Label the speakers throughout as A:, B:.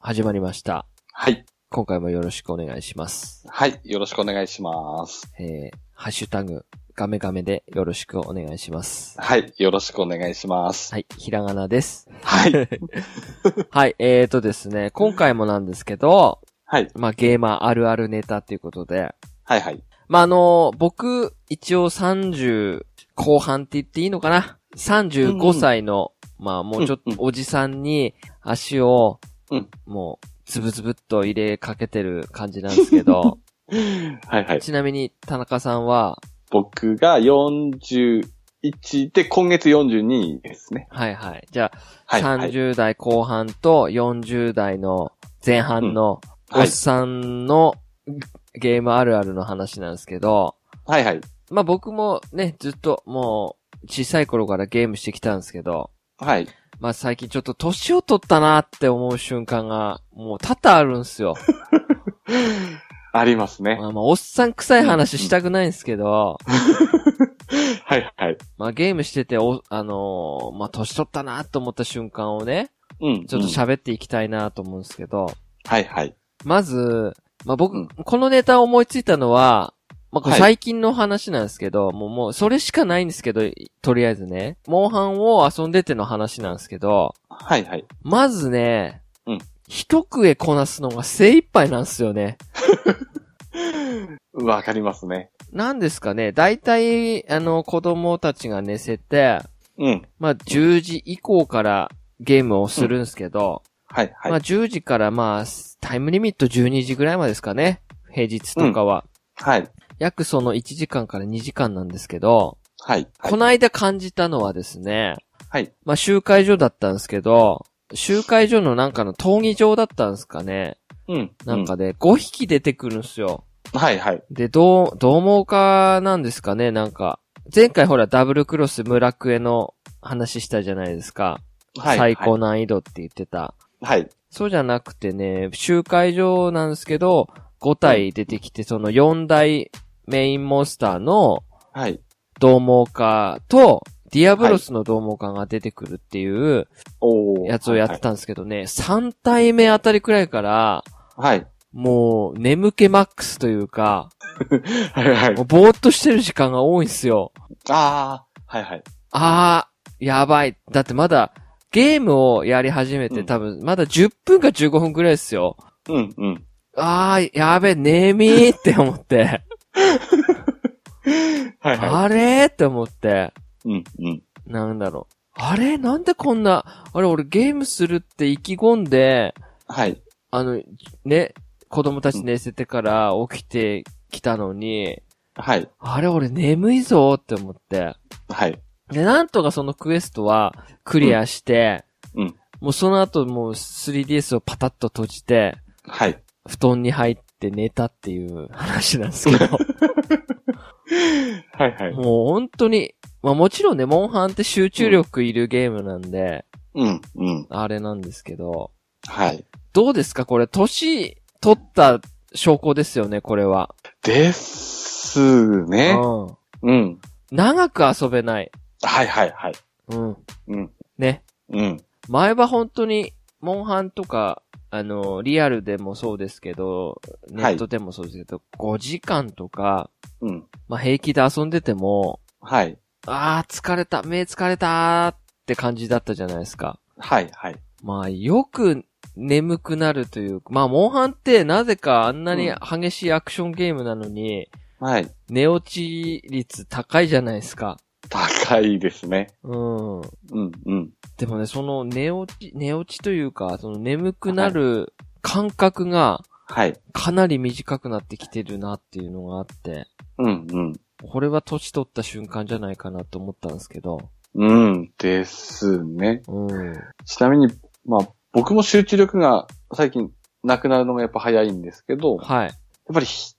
A: 始まりました。
B: はい。
A: 今回もよろしくお願いします。
B: はい。よろしくお願いします。
A: えー、ハッシュタグ、ガメガメでよろしくお願いします。
B: はい。よろしくお願いします。
A: はい、ひらがなです。
B: はい。
A: はい、えーとですね、今回もなんですけど、
B: はい。
A: まあ、ゲーマーあるあるネタっていうことで、
B: はいはい。
A: まあ、あの、僕、一応30後半って言っていいのかな ?35 歳の、まあ、もうちょっと
B: うんうん
A: おじさんに足を、
B: うん
A: もう、つぶつぶっと入れかけてる感じなんですけど、
B: はいはい。
A: ちなみに田中さんは、
B: 僕が41で、今月42ですね。
A: はいはい。じゃあ、
B: はい、はい。
A: 30代後半と40代の前半のお
B: は
A: っ
B: い。
A: さんのゲームあるあるの話なんですけど、
B: はいはい。
A: まあ僕もね、ずっともう小さい頃からゲームしてきたんですけど、
B: はい。
A: まあ最近ちょっと年を取ったなって思う瞬間がもう多々あるんで すよ。
B: ありますね。
A: まあまあおっさん臭い話したくないんですけど、
B: はいはい。
A: まあゲームしててお、あのーまあ年取ったなと思った瞬間をね、
B: うん。
A: ちょっと
B: ゃ、
A: 喋っていきたいなと思うんですけど、
B: はいはい。
A: まず、まあ、僕、
B: うん
A: このネタを思いついたのは、まあ、これ
B: はい
A: 最近の話なんですけど、もう、もう、それしかないんですけど、いとりあえずね、モンハンを遊んでての話なんですけど、
B: はいはい。
A: まずね、
B: うん
A: 一食えこなすのが精一杯なんですよね。
B: わかりますね。
A: なんですかね、大体、あの、子供たちが寝せて、
B: うん。
A: まあ、10時以降からゲームをするんですけど、
B: はいはい。
A: まあ、10時からまあ、タイムリミット12時ぐらいまでですかね、平日とかは。
B: はい。
A: 約その1時間から2時間なんですけど、
B: はい。はい
A: この間感じたのはですね、
B: はい。
A: まあ集会所だったんですけど、集会所のなんかの闘技場だったんですかね。
B: うん。
A: なんかで、5匹出てくるんですよ。
B: うん。はいはい。
A: で、どう、どうもかなんですかね、なんか。前回ほら、ダブルクロス村クエの話したじゃないですか。
B: はい。
A: 最高。難易度って言ってた。
B: はい。
A: そうじゃなくてね、集会場なんですけど、5体出てきて、その4大メインモンスターの、
B: はい。
A: 同盟化と、ディアブロスの同盟化が出てくるっていう
B: おー。
A: やつをやってたんですけどね、3体目あたりくらいから、
B: はい。
A: もう眠気マックスというか、
B: はいはい
A: も。うぼーっとしてる時間が多いんすよ。
B: ああ、はいはい。
A: あー、やばい。だってまだ、ゲームをやり始めて、
B: うん
A: 多分、まだ10分か15分くらいですよ。
B: うんうん。
A: あー、やべえ、眠いって思って、
B: はいは
A: あれーって思って、
B: い。うんうん。
A: なんだろう。あれなんでこんな、あれ俺ゲームするって意気込んで、
B: はい。
A: あの、ね、子供たち寝せてから起きてきたのに、
B: はい。
A: あれ俺眠いぞって思って。
B: はい。
A: で、なんとかそのクエストはクリアして、
B: うんうん
A: もうその後もう 3DS をパタッと閉じて、
B: はい。
A: 布団に入って寝たっていう話なんですけ ど、
B: はいはい。
A: もう本当に、まあもちろんね、モンハンって集中力いるゲームなんで、
B: うんうん。
A: あれなんですけど、
B: はい。
A: どうですかこれ、年取った証拠ですよね、これは。
B: ですね。
A: うん。
B: うん。
A: 長く遊べない。
B: はいはいはい。
A: うん。
B: うん。
A: ね。
B: うん。
A: 前は本当に、モンハンとか、あの、リアルでもそうですけど、ネットでもそうですけど、5時間とか、
B: うん。
A: まあ、平気で遊んでても、
B: はい。
A: あー疲れた、目疲れたーって感じだったじゃないですか。
B: はいはい。
A: まあ、よく眠くなるというか、まあ、モンハンってなぜかあんなに激しいアクションゲームなのに、
B: はい。
A: 寝落ち率高いじゃないですか。
B: 高いですね。
A: うん。
B: うんうん。
A: でもね、その寝落ち、寝落ちというか、その眠くなる感覚が
B: はい。
A: かなり短くなってきてるなっていうのがあって、
B: うんうん。
A: これは年取った瞬間じゃないかなと思ったんですけど、
B: うん。ですね。
A: うん。
B: ちなみに、まあ、僕も集中力が最近なくなるのがやっぱ早いんですけど、やっ
A: はい。
B: ぱり一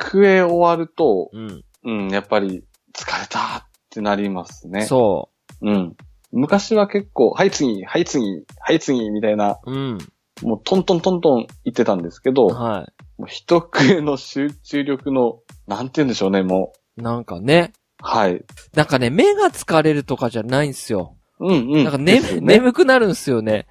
B: 食え終わると、
A: うん。
B: うん、やっぱり疲れたってなりますね。。
A: そう
B: うん。昔は結構、はい次、はい次、はい次、みたいな、
A: う。うん。
B: もうトントントントン言ってたんですけど、も
A: は
B: う一食の集中力の、なんて言うんでしょうね、もう。
A: い。なんかね、
B: はい。
A: なんかね、目が疲れるとかじゃないんすよ。
B: うんうん。
A: なんか、ね、
B: ですよね
A: 眠くなるんすよね。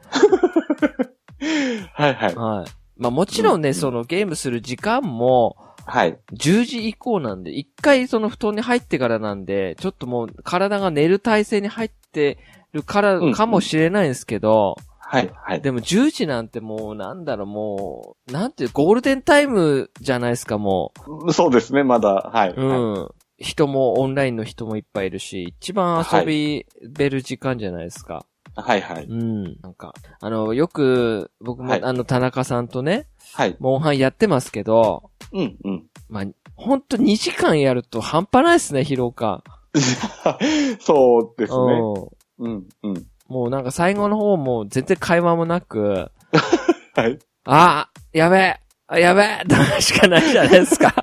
B: はいはい。
A: はい。まあもちろんね、
B: うん
A: そのゲームする時間も、
B: はい。
A: 10時以降なんで、一回その布団に入ってからなんで、ちょっともう体が寝る体勢に入ってるから
B: うん
A: かもしれないんですけど、
B: はい。はい。
A: でも10時なんてもうなんだろうもう、なんていう、ゴールデンタイムじゃないですかも
B: そうですね、まだ。はい。
A: う。うん。人も、オンラインの人もいっぱいいるし、一番遊びべる時間じゃないですか。
B: はいはい。
A: うん。なんか、あの、よく、僕も、
B: はい
A: あの、田中さんとね、
B: はい。
A: モンハンやってますけど、
B: うんうん。
A: まあ、ほんと2時間やると半端ないですね、疲労感。
B: そうですね。
A: うん
B: うんうん。
A: もうなんか最後の方も全然会話もなく、
B: はい。
A: あやべえあやべ えとかしかないじゃないですか。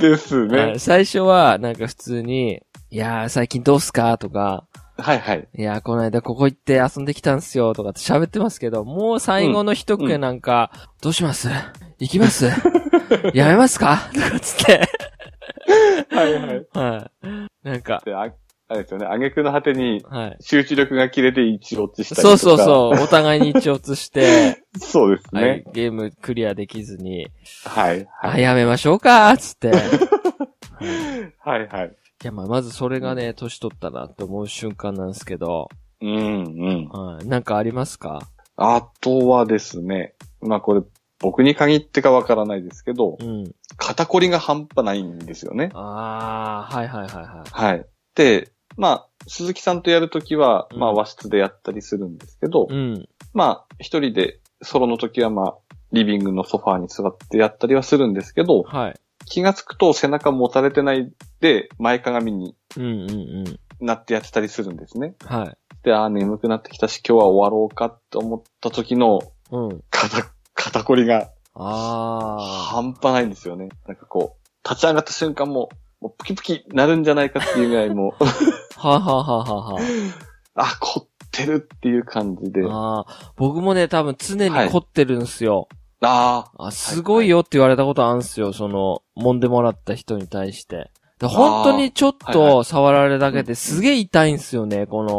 B: です
A: は
B: ね
A: い。最初はなんか普通に、いやー最近どうすかとか、
B: はいはい。
A: いやーこの間ここ行って遊んできたんすよとかって喋ってますけど、もう最後の一句なんか、どうします行きます やめますかとかつって。
B: はいはい。
A: はい。なんか、
B: で、ああれですよね、挙句の果てに、
A: はい。
B: 集中力が切れて一落ちしたりと
A: そう
B: か。
A: そうそう。お互いに一落ちして、
B: う。そうです
A: はい
B: ね。
A: ゲームクリアできずに、
B: はい。
A: あ、
B: はい。
A: やめましょうかつ って。
B: はいはい。
A: いや、まあ、まずそれがね、年取ったなって思う瞬間なんですけど、
B: うんうん。
A: はい。なんかありますか
B: あとはですね、まあこれ、僕に限ってかわからないですけど
A: う、ん。
B: 肩こりが半端ないんですよね。
A: あー、はいはいはいはい。
B: はい。で、まあ、鈴木さんとやるときは、
A: うん
B: まあ和室でやったりするんですけど、
A: うん。
B: まあ、一人でソロの時はまあ、リビングのソファーに座ってやったりはするんですけど、
A: はい。
B: 気がつくと背中持たれてないで、前かがみに
A: うんうんうん。
B: なってやってたりするんですね。
A: はい。
B: で、ああ、眠くなってきたし、今日は終わろうかと思った時の、
A: うん。
B: 肩、肩こりが
A: あ
B: 半端ないんですよね。なんかこう、立ち上がった瞬間も、もうプキプキなるんじゃないかっていうぐらいもう、
A: ー。はあ、はあはあはあは
B: あ、凝ってるっていう感じで。あ
A: あ、あー僕もね、多分常に凝ってるんすよ。
B: あ
A: あ、すごいよって言われたことあるんすよ。その、揉んでもらった人に対して。で本当にちょっ
B: あーはい
A: と触られるだけですげえ痛いんすよね、こ の、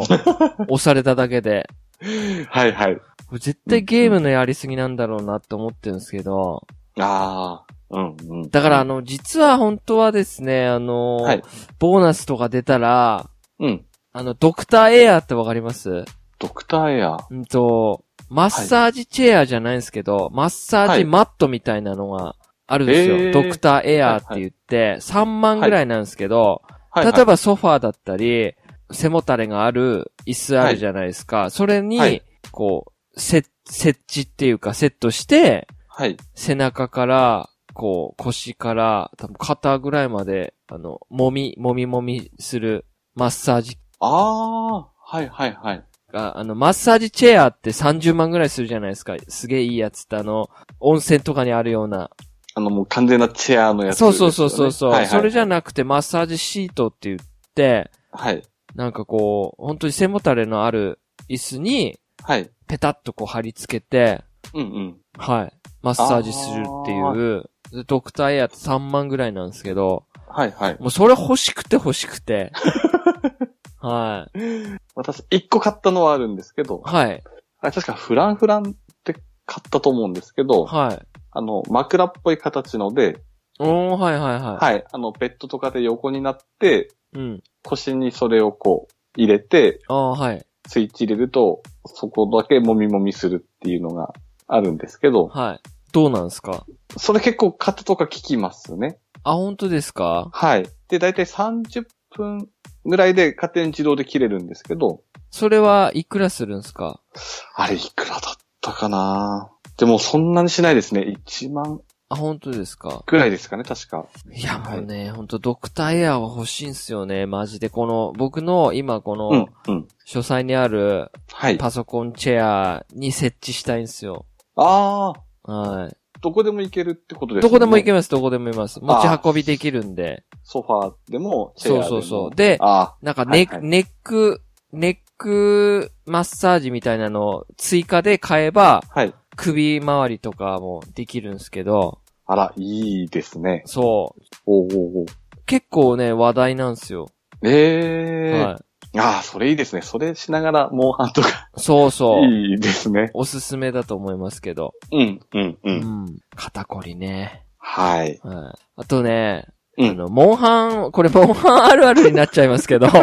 A: 押されただけで。
B: ー、はいはい。
A: これ絶対ゲームのやりすぎなんだろうなって思ってるんですけど、
B: ああ、うんうん。
A: だからあ、の、実は本当はですね、あの、
B: はい
A: ボーナスとか出たら、
B: うん。
A: あの、ドクターエアーってわかります
B: ドクターエア。
A: うんと、マッサージチェアじゃないんですけど、マッサージマットみたいなのがあるんですよ。
B: へー
A: ドクターエアーって言って、3万ぐらいなんですけど、
B: はい、はい。
A: 例え、ばソファーだったり、背もたれがある椅子あるじゃないですか。それに、
B: はい
A: こう、せ、設置っていうかセットして、
B: はい。
A: 背中から、こう、腰から、多分肩ぐらいまで、あの、もみ、もみもみするマッサージ
B: ああ、はいはいはい。
A: が、あの、マッサージチェアって30万ぐらいするじゃないですか。すげえいいやつって、あの、温泉とかにあるような。
B: あのもう完全なチェアのやつです
A: そ
B: よ
A: う
B: ね、
A: そうそうそうそう、
B: はいはい、
A: それじゃ
B: い。
A: なくて、マッサージシートって言って、
B: はい。
A: なんかこう、本当に背もたれのある椅子に、
B: はい。
A: ペタッとこう貼り付けて、
B: うんうん。
A: はい、マッサージするっていう、ドクターエアって3万ぐらいなんですけど、
B: はいはい。
A: もうそれ欲しくて欲しく て。はい。
B: 私、一個買ったのはあるんですけど、
A: はい。
B: あれ確かフランフランって買ったと思うんですけど、
A: はい。
B: あの、枕っぽい形ので、
A: おー、はいはいは
B: はい。あの、ベッドとかで横になって、
A: い。うん。
B: 腰にそれをこう、入れて、
A: あー、はい。
B: スイッチ入れると、そこだけもみもみするっていうのがあるんですけど、
A: はい。どうなんですか
B: それ結構肩とか効きますね。
A: あ、本当ですか
B: はい。で、だいたい30分ぐらいで勝手に自動で切れるんですけど、
A: それはいくらするんですか
B: あれいくらだったかなでもそんなにしないですね。1万
A: あ、本当ですか
B: ぐらいですかね、確か。
A: いや、もうね、本当ドクターエアは欲しいんすよね、マジで。この、僕の今こ
B: うん
A: の、、
B: うん。
A: 書斎にある
B: はい。
A: パソコンチェアに設置したいんすよ。
B: ああ、
A: はい。
B: どこでも行けるってことです
A: どこでも行け
B: る。
A: ます、どこでも行けます。持ち運びできるんで。
B: ソファーでも、チェア
A: そ
B: で
A: う
B: も。
A: そうそう。で、
B: あ
A: なんかネ,、
B: はいはい
A: ネック、ネックマッサージみたいなのを追加で買えば、
B: あ、はい。
A: 首周りとかもできるんですけど、
B: あら、いいですね。
A: そ
B: おうおうおう
A: う。結構ね、話題なんですよ。
B: ええ
A: は
B: ああ、それいいですね。それしながら、モンハンとか、
A: そうそう。
B: いいですね。
A: おすすめだと思いますけど。
B: うん、うん、う。
A: うんん。肩こりね。
B: はい。
A: はい。あとね、
B: うん
A: あの、モンハン、これモンハンあるあるになっちゃいますけど、
B: は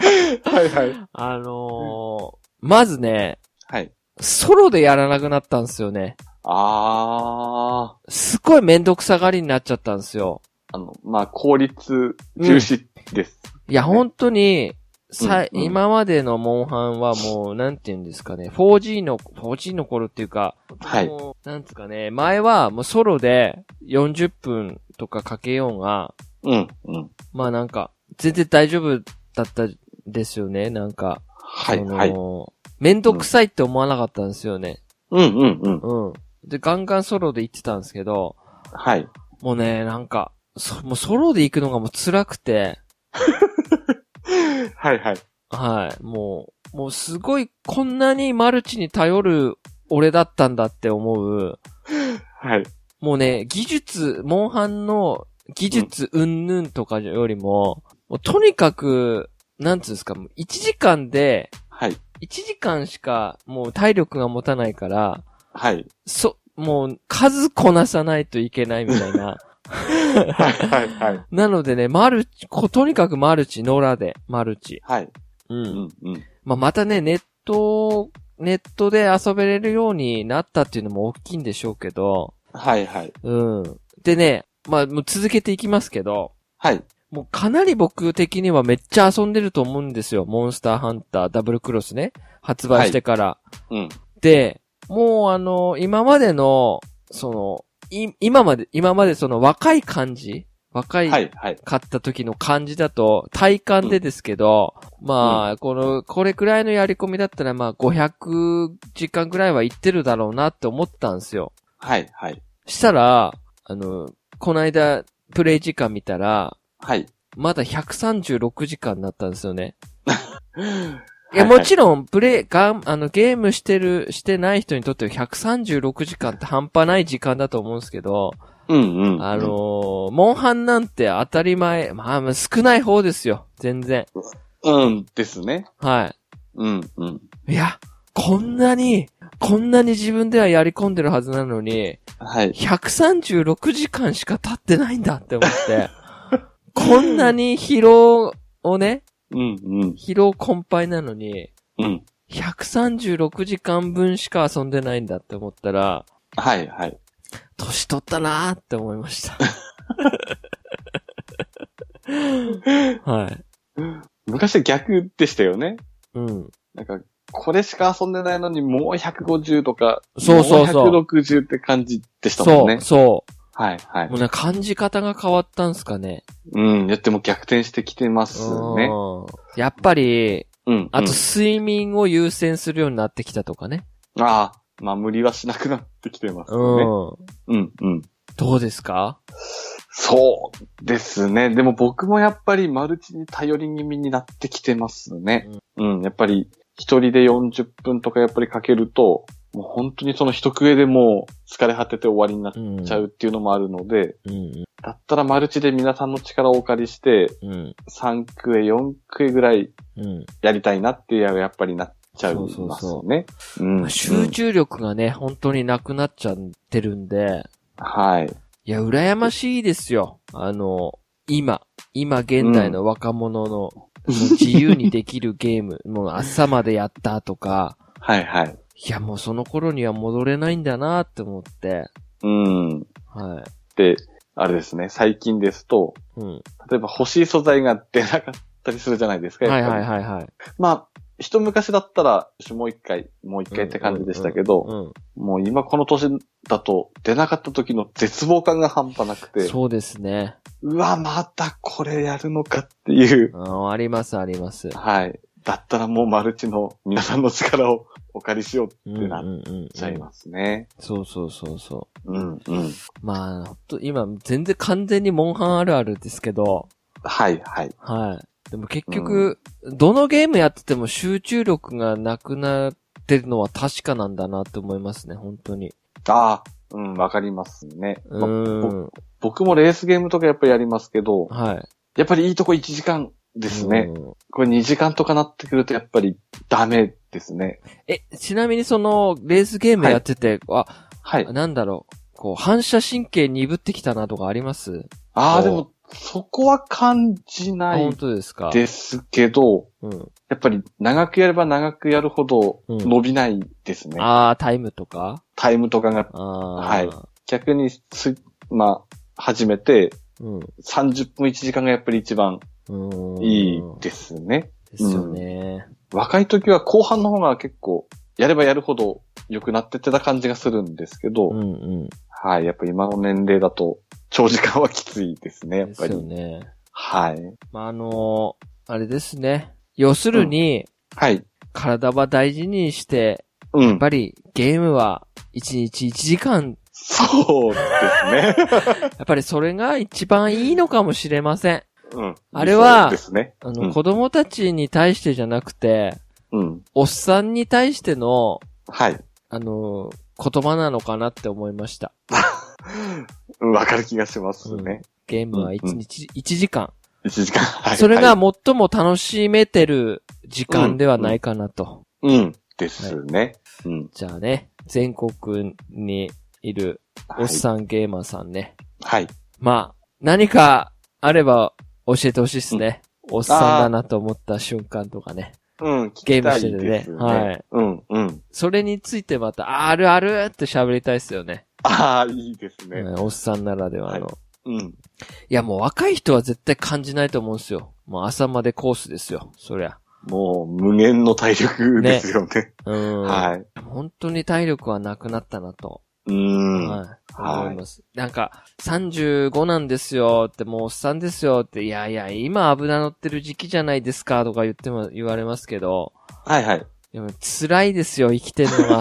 B: い、はい。
A: あのー、まずね、
B: はい。
A: ソロでやらなくなったんですよね。
B: ああ、
A: すごいめんどくさがりになっちゃったんですよ。
B: あの、まあ、効率重視です。
A: いや、本当に、さ、
B: うんうん
A: 今までのモンハンはもう、なんて言うんですかね、4G の、4G の頃っていうか、
B: はい
A: もうなんつうかね、前はもうソロで40分とかかけようが、
B: うん、うん。
A: まあなんか、全然大丈夫だったですよね、なんか。
B: はい、
A: その
B: はい。
A: めんどくさいって思わなかったんですよね。
B: うん、うん、うん。
A: うん。で、ガンガンソロで行ってたんですけど、
B: はい。
A: もうね、なんか、そもうソロで行くのがもう辛くて、
B: はい、はい。
A: はい、もう、もうすごいこんなにマルチに頼る俺だったんだって思う、
B: はい。
A: もうね、技術、モンハンの技術うんぬんとかよりも、もうとにかく、なんつうんですか、もう1時間で、
B: はい。
A: 1時間しかもう体力が持たないから、
B: はい。
A: そ、もう数こなさないといけないみたい な。
B: はい、はい、はい。
A: なのでね、マルチ、ことにかくマルチ、ノラで、マルチ。
B: はい。
A: う。
B: うんん、うん。
A: まあ、またね、ネット、ネットで遊べれるようになったっていうのも大きいんでしょうけど、
B: はい、はい。
A: うん。でね、まあ、もう続けていきますけど、
B: はい。
A: もうかなり僕的にはめっちゃ遊んでると思うんですよ。モンスターハンターダブルクロスね。発売してから。
B: うん。
A: で、もうあの、今までの、その、い、今まで、今までその若い感じ若い、
B: はい、はい。
A: 買った時の感じだと、体感でですけど、まあ、この、これくらいのやり込みだったら、まあ、500時間くらいはいってるだろうなって思ったんですよ。
B: はい、はい。
A: したら、あの、この間、プレイ時間見たら、
B: はい。
A: まだ136時間だったんですよね。い
B: は
A: や、
B: いはい
A: もちろん、プレイ、がん、あの、ゲームしてる、してない人にとっては136時間って半端ない時間だと思うんですけど、
B: うん、うん。
A: あのーモンハンなんて当たり前、まあまあ、少ない方ですよ。全然。
B: うん、うんですね。
A: は
B: うん、うん。
A: い。いや、こんなに、こんなに自分ではやり込んでるはずなのに、
B: はい。
A: 136時間しか経ってないんだって思 って、こんなに疲労をね、
B: うん、うん、
A: 疲労困憊なのに、
B: うん。
A: 136時間分しか遊んでないんだって思ったら、
B: はい、はい。
A: 年取ったなーって思いま した。はい。
B: 昔逆でしたよね。
A: うん。
B: なんか、これしか遊んでないのにもう150とか、
A: そうそうそう
B: もう160って感じでしたもん
A: そ
B: ね
A: う、。そ
B: はい、は
A: う。
B: い
A: も。うね、感じ方が変わったんすかね。
B: うん、やっても逆転してきてますね。
A: うんやっぱり、
B: うん。
A: あと
B: うん
A: 睡眠を優先するようになってきたとかね。
B: ああ、まあ無理はしなくなってきてます
A: う
B: よね。
A: ん。
B: うん、うん。
A: どうですか
B: そうですね。でも僕もやっぱりマルチに頼り気味になってきてますね。うん、やっぱり一人で40分とかやっぱりかけると、もう本当にその一食えでもう疲れ果てて終わりになっ
A: ん
B: ちゃうっていうのもあるので、
A: うん。
B: だったらマルチで皆さんの力をお借りして、
A: うん。
B: 3食え、4食えぐらい
A: うん。
B: やりたいなっていうやっぱりなっちゃいますね。
A: そうそうそ
B: うん。
A: 集中力がね、本当になくなっちゃってるんで、
B: うんはい。
A: いや、羨ましいですよ。あの、今、今現代の若者の、その 自由にできるゲーム、もう朝までやったとか、
B: はいはい。
A: いや、もうその頃には戻れないんだなって思って、
B: うん。
A: は
B: で、あれですね、最近ですと、
A: い。うん。
B: 例えば欲しい素材が出なかったりするじゃないですか。
A: はい
B: やっぱ
A: は
B: り
A: いはいはい。
B: まあ、一昔だったら、よしもう一回、もう一回って感じでしたけど、
A: うん。
B: もう今この年だと、出なかった時の絶望感が半端なくて、
A: そうですね。
B: うわ、またこれやるのかっていう。
A: うん、ありますあります。
B: はい。だったらもうマルチの皆さんの力をお借りしようっ
A: う
B: て
A: んうん
B: なっ
A: うんうん。
B: ちゃいますね。
A: そうそうそうそ
B: うん、うん。
A: う。まあ、ほんと今、全然完全にモンハンあるあるですけど、
B: はい、はい。
A: はい。でも結局、どのゲームやってても集中力がなくなってるのは確かなんだなって思いますね、本当に。
B: ああ、うん、わかりますね。
A: う
B: ま
A: ーん。
B: 僕もレースゲームとかやっぱりやりますけど、
A: はい。
B: やっぱりいいとこ1時間ですね。
A: うん
B: これ2時間とかなってくるとやっぱりダメですね。
A: え、ちなみにその、レースゲームやってて、
B: はい
A: あ、。なんだろう、こう、反射神経鈍ってきたなとかあります
B: あ
A: お
B: あ、でも、そこは感じ
A: あ、
B: な
A: 本
B: い
A: 当ですか。
B: ですけど、
A: うん。
B: やっぱり長くやれば長くやるほど
A: うん
B: 伸びないですね。
A: あー、タイムとか
B: タイムとかが
A: あー。
B: はい逆にす、まあ、始めて
A: うん。
B: 30分1時間がやっぱり一番
A: うん。
B: いいですね。
A: ですよね。
B: 若い時は後半の方が結構、やればやるほど良くなってってた感じがするんですけど、
A: うんうん。
B: はい。やっぱり今の年齢だと、長時間はきついですね、やっ
A: です
B: ぱり。
A: よね。
B: はい。
A: まあ、あのーあれですね。要するに、
B: はい。
A: 体は大事にして、
B: う
A: やっ
B: ん。
A: ぱりゲームは1日1時間、
B: そうですね。
A: やっぱりそれが一番いいのかもしれません。
B: うん。
A: あれは
B: そうですね。
A: あ
B: う
A: の、
B: ん
A: 子供たちに対してじゃなくて、
B: うん。
A: おっさんに対しての、
B: はい。
A: あのー言葉なのかなって思いました。
B: うんわかる気がしますね。
A: ゲームは1日1時間。
B: 一1時間。はい。
A: それ
B: は
A: が
B: い、
A: 最も楽しめてる時間ではないかなと。
B: うん。ですね。うん。
A: じゃあね、全国にいるおっさんゲーマーさんね。
B: はい。はい。
A: まあ、何かあれば教えてほしいですね。おっさんだなと思った瞬間とかね。
B: うん。
A: ゲームしててね
B: 聞きたいです
A: はい。
B: うん。うん。
A: それについてまた、あるあるって喋りたいですよね。
B: ああ、いいです
A: う
B: ね。
A: んおっさんならではの。
B: うん。
A: いや、もう若い人は絶対感じないと思うんですよ。もう朝までコースですよ。そりゃ。
B: もう、無限の体力ですよね。
A: うん。
B: はい。
A: 本当に体力はなくなったなと。
B: うん。
A: はい。
B: はい
A: 思います。なんか、35なんですよって、もうおっさんですよって、いやいや、今油乗ってる時期じゃないですかとか言っても、言われますけど、
B: はいはい。
A: でも辛いですよ、生きてるのは。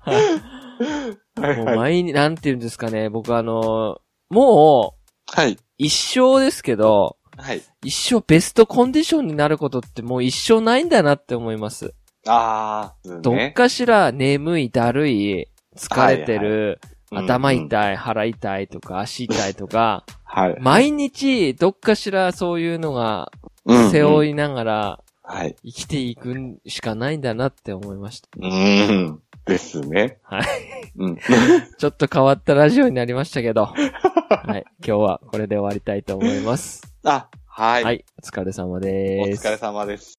B: はい
A: もう
B: はい。
A: 毎日、なんて言うんですかね、僕あの、もう、
B: はい。
A: 一生ですけど、
B: はい。
A: 一生ベストコンディションになることってもう一生ないんだなって思います。
B: ああ、
A: どっかしら眠い、だるい、疲れてる、頭
B: うん
A: 痛い、腹痛いとか、足痛いと か、
B: はい。
A: 毎日どっかしらそういうのが
B: うん
A: 背
B: うん
A: 負いながら
B: はい。
A: 生きていくんしかないんだなって思いました。
B: うん。ですね。
A: はい。
B: うん。
A: ちょっと変わったラジオになりましたけど、はい、今日はこれで終わりたいと思います。
B: あ、はい。
A: はい、お疲れ様
B: お
A: です。
B: 疲れ様です。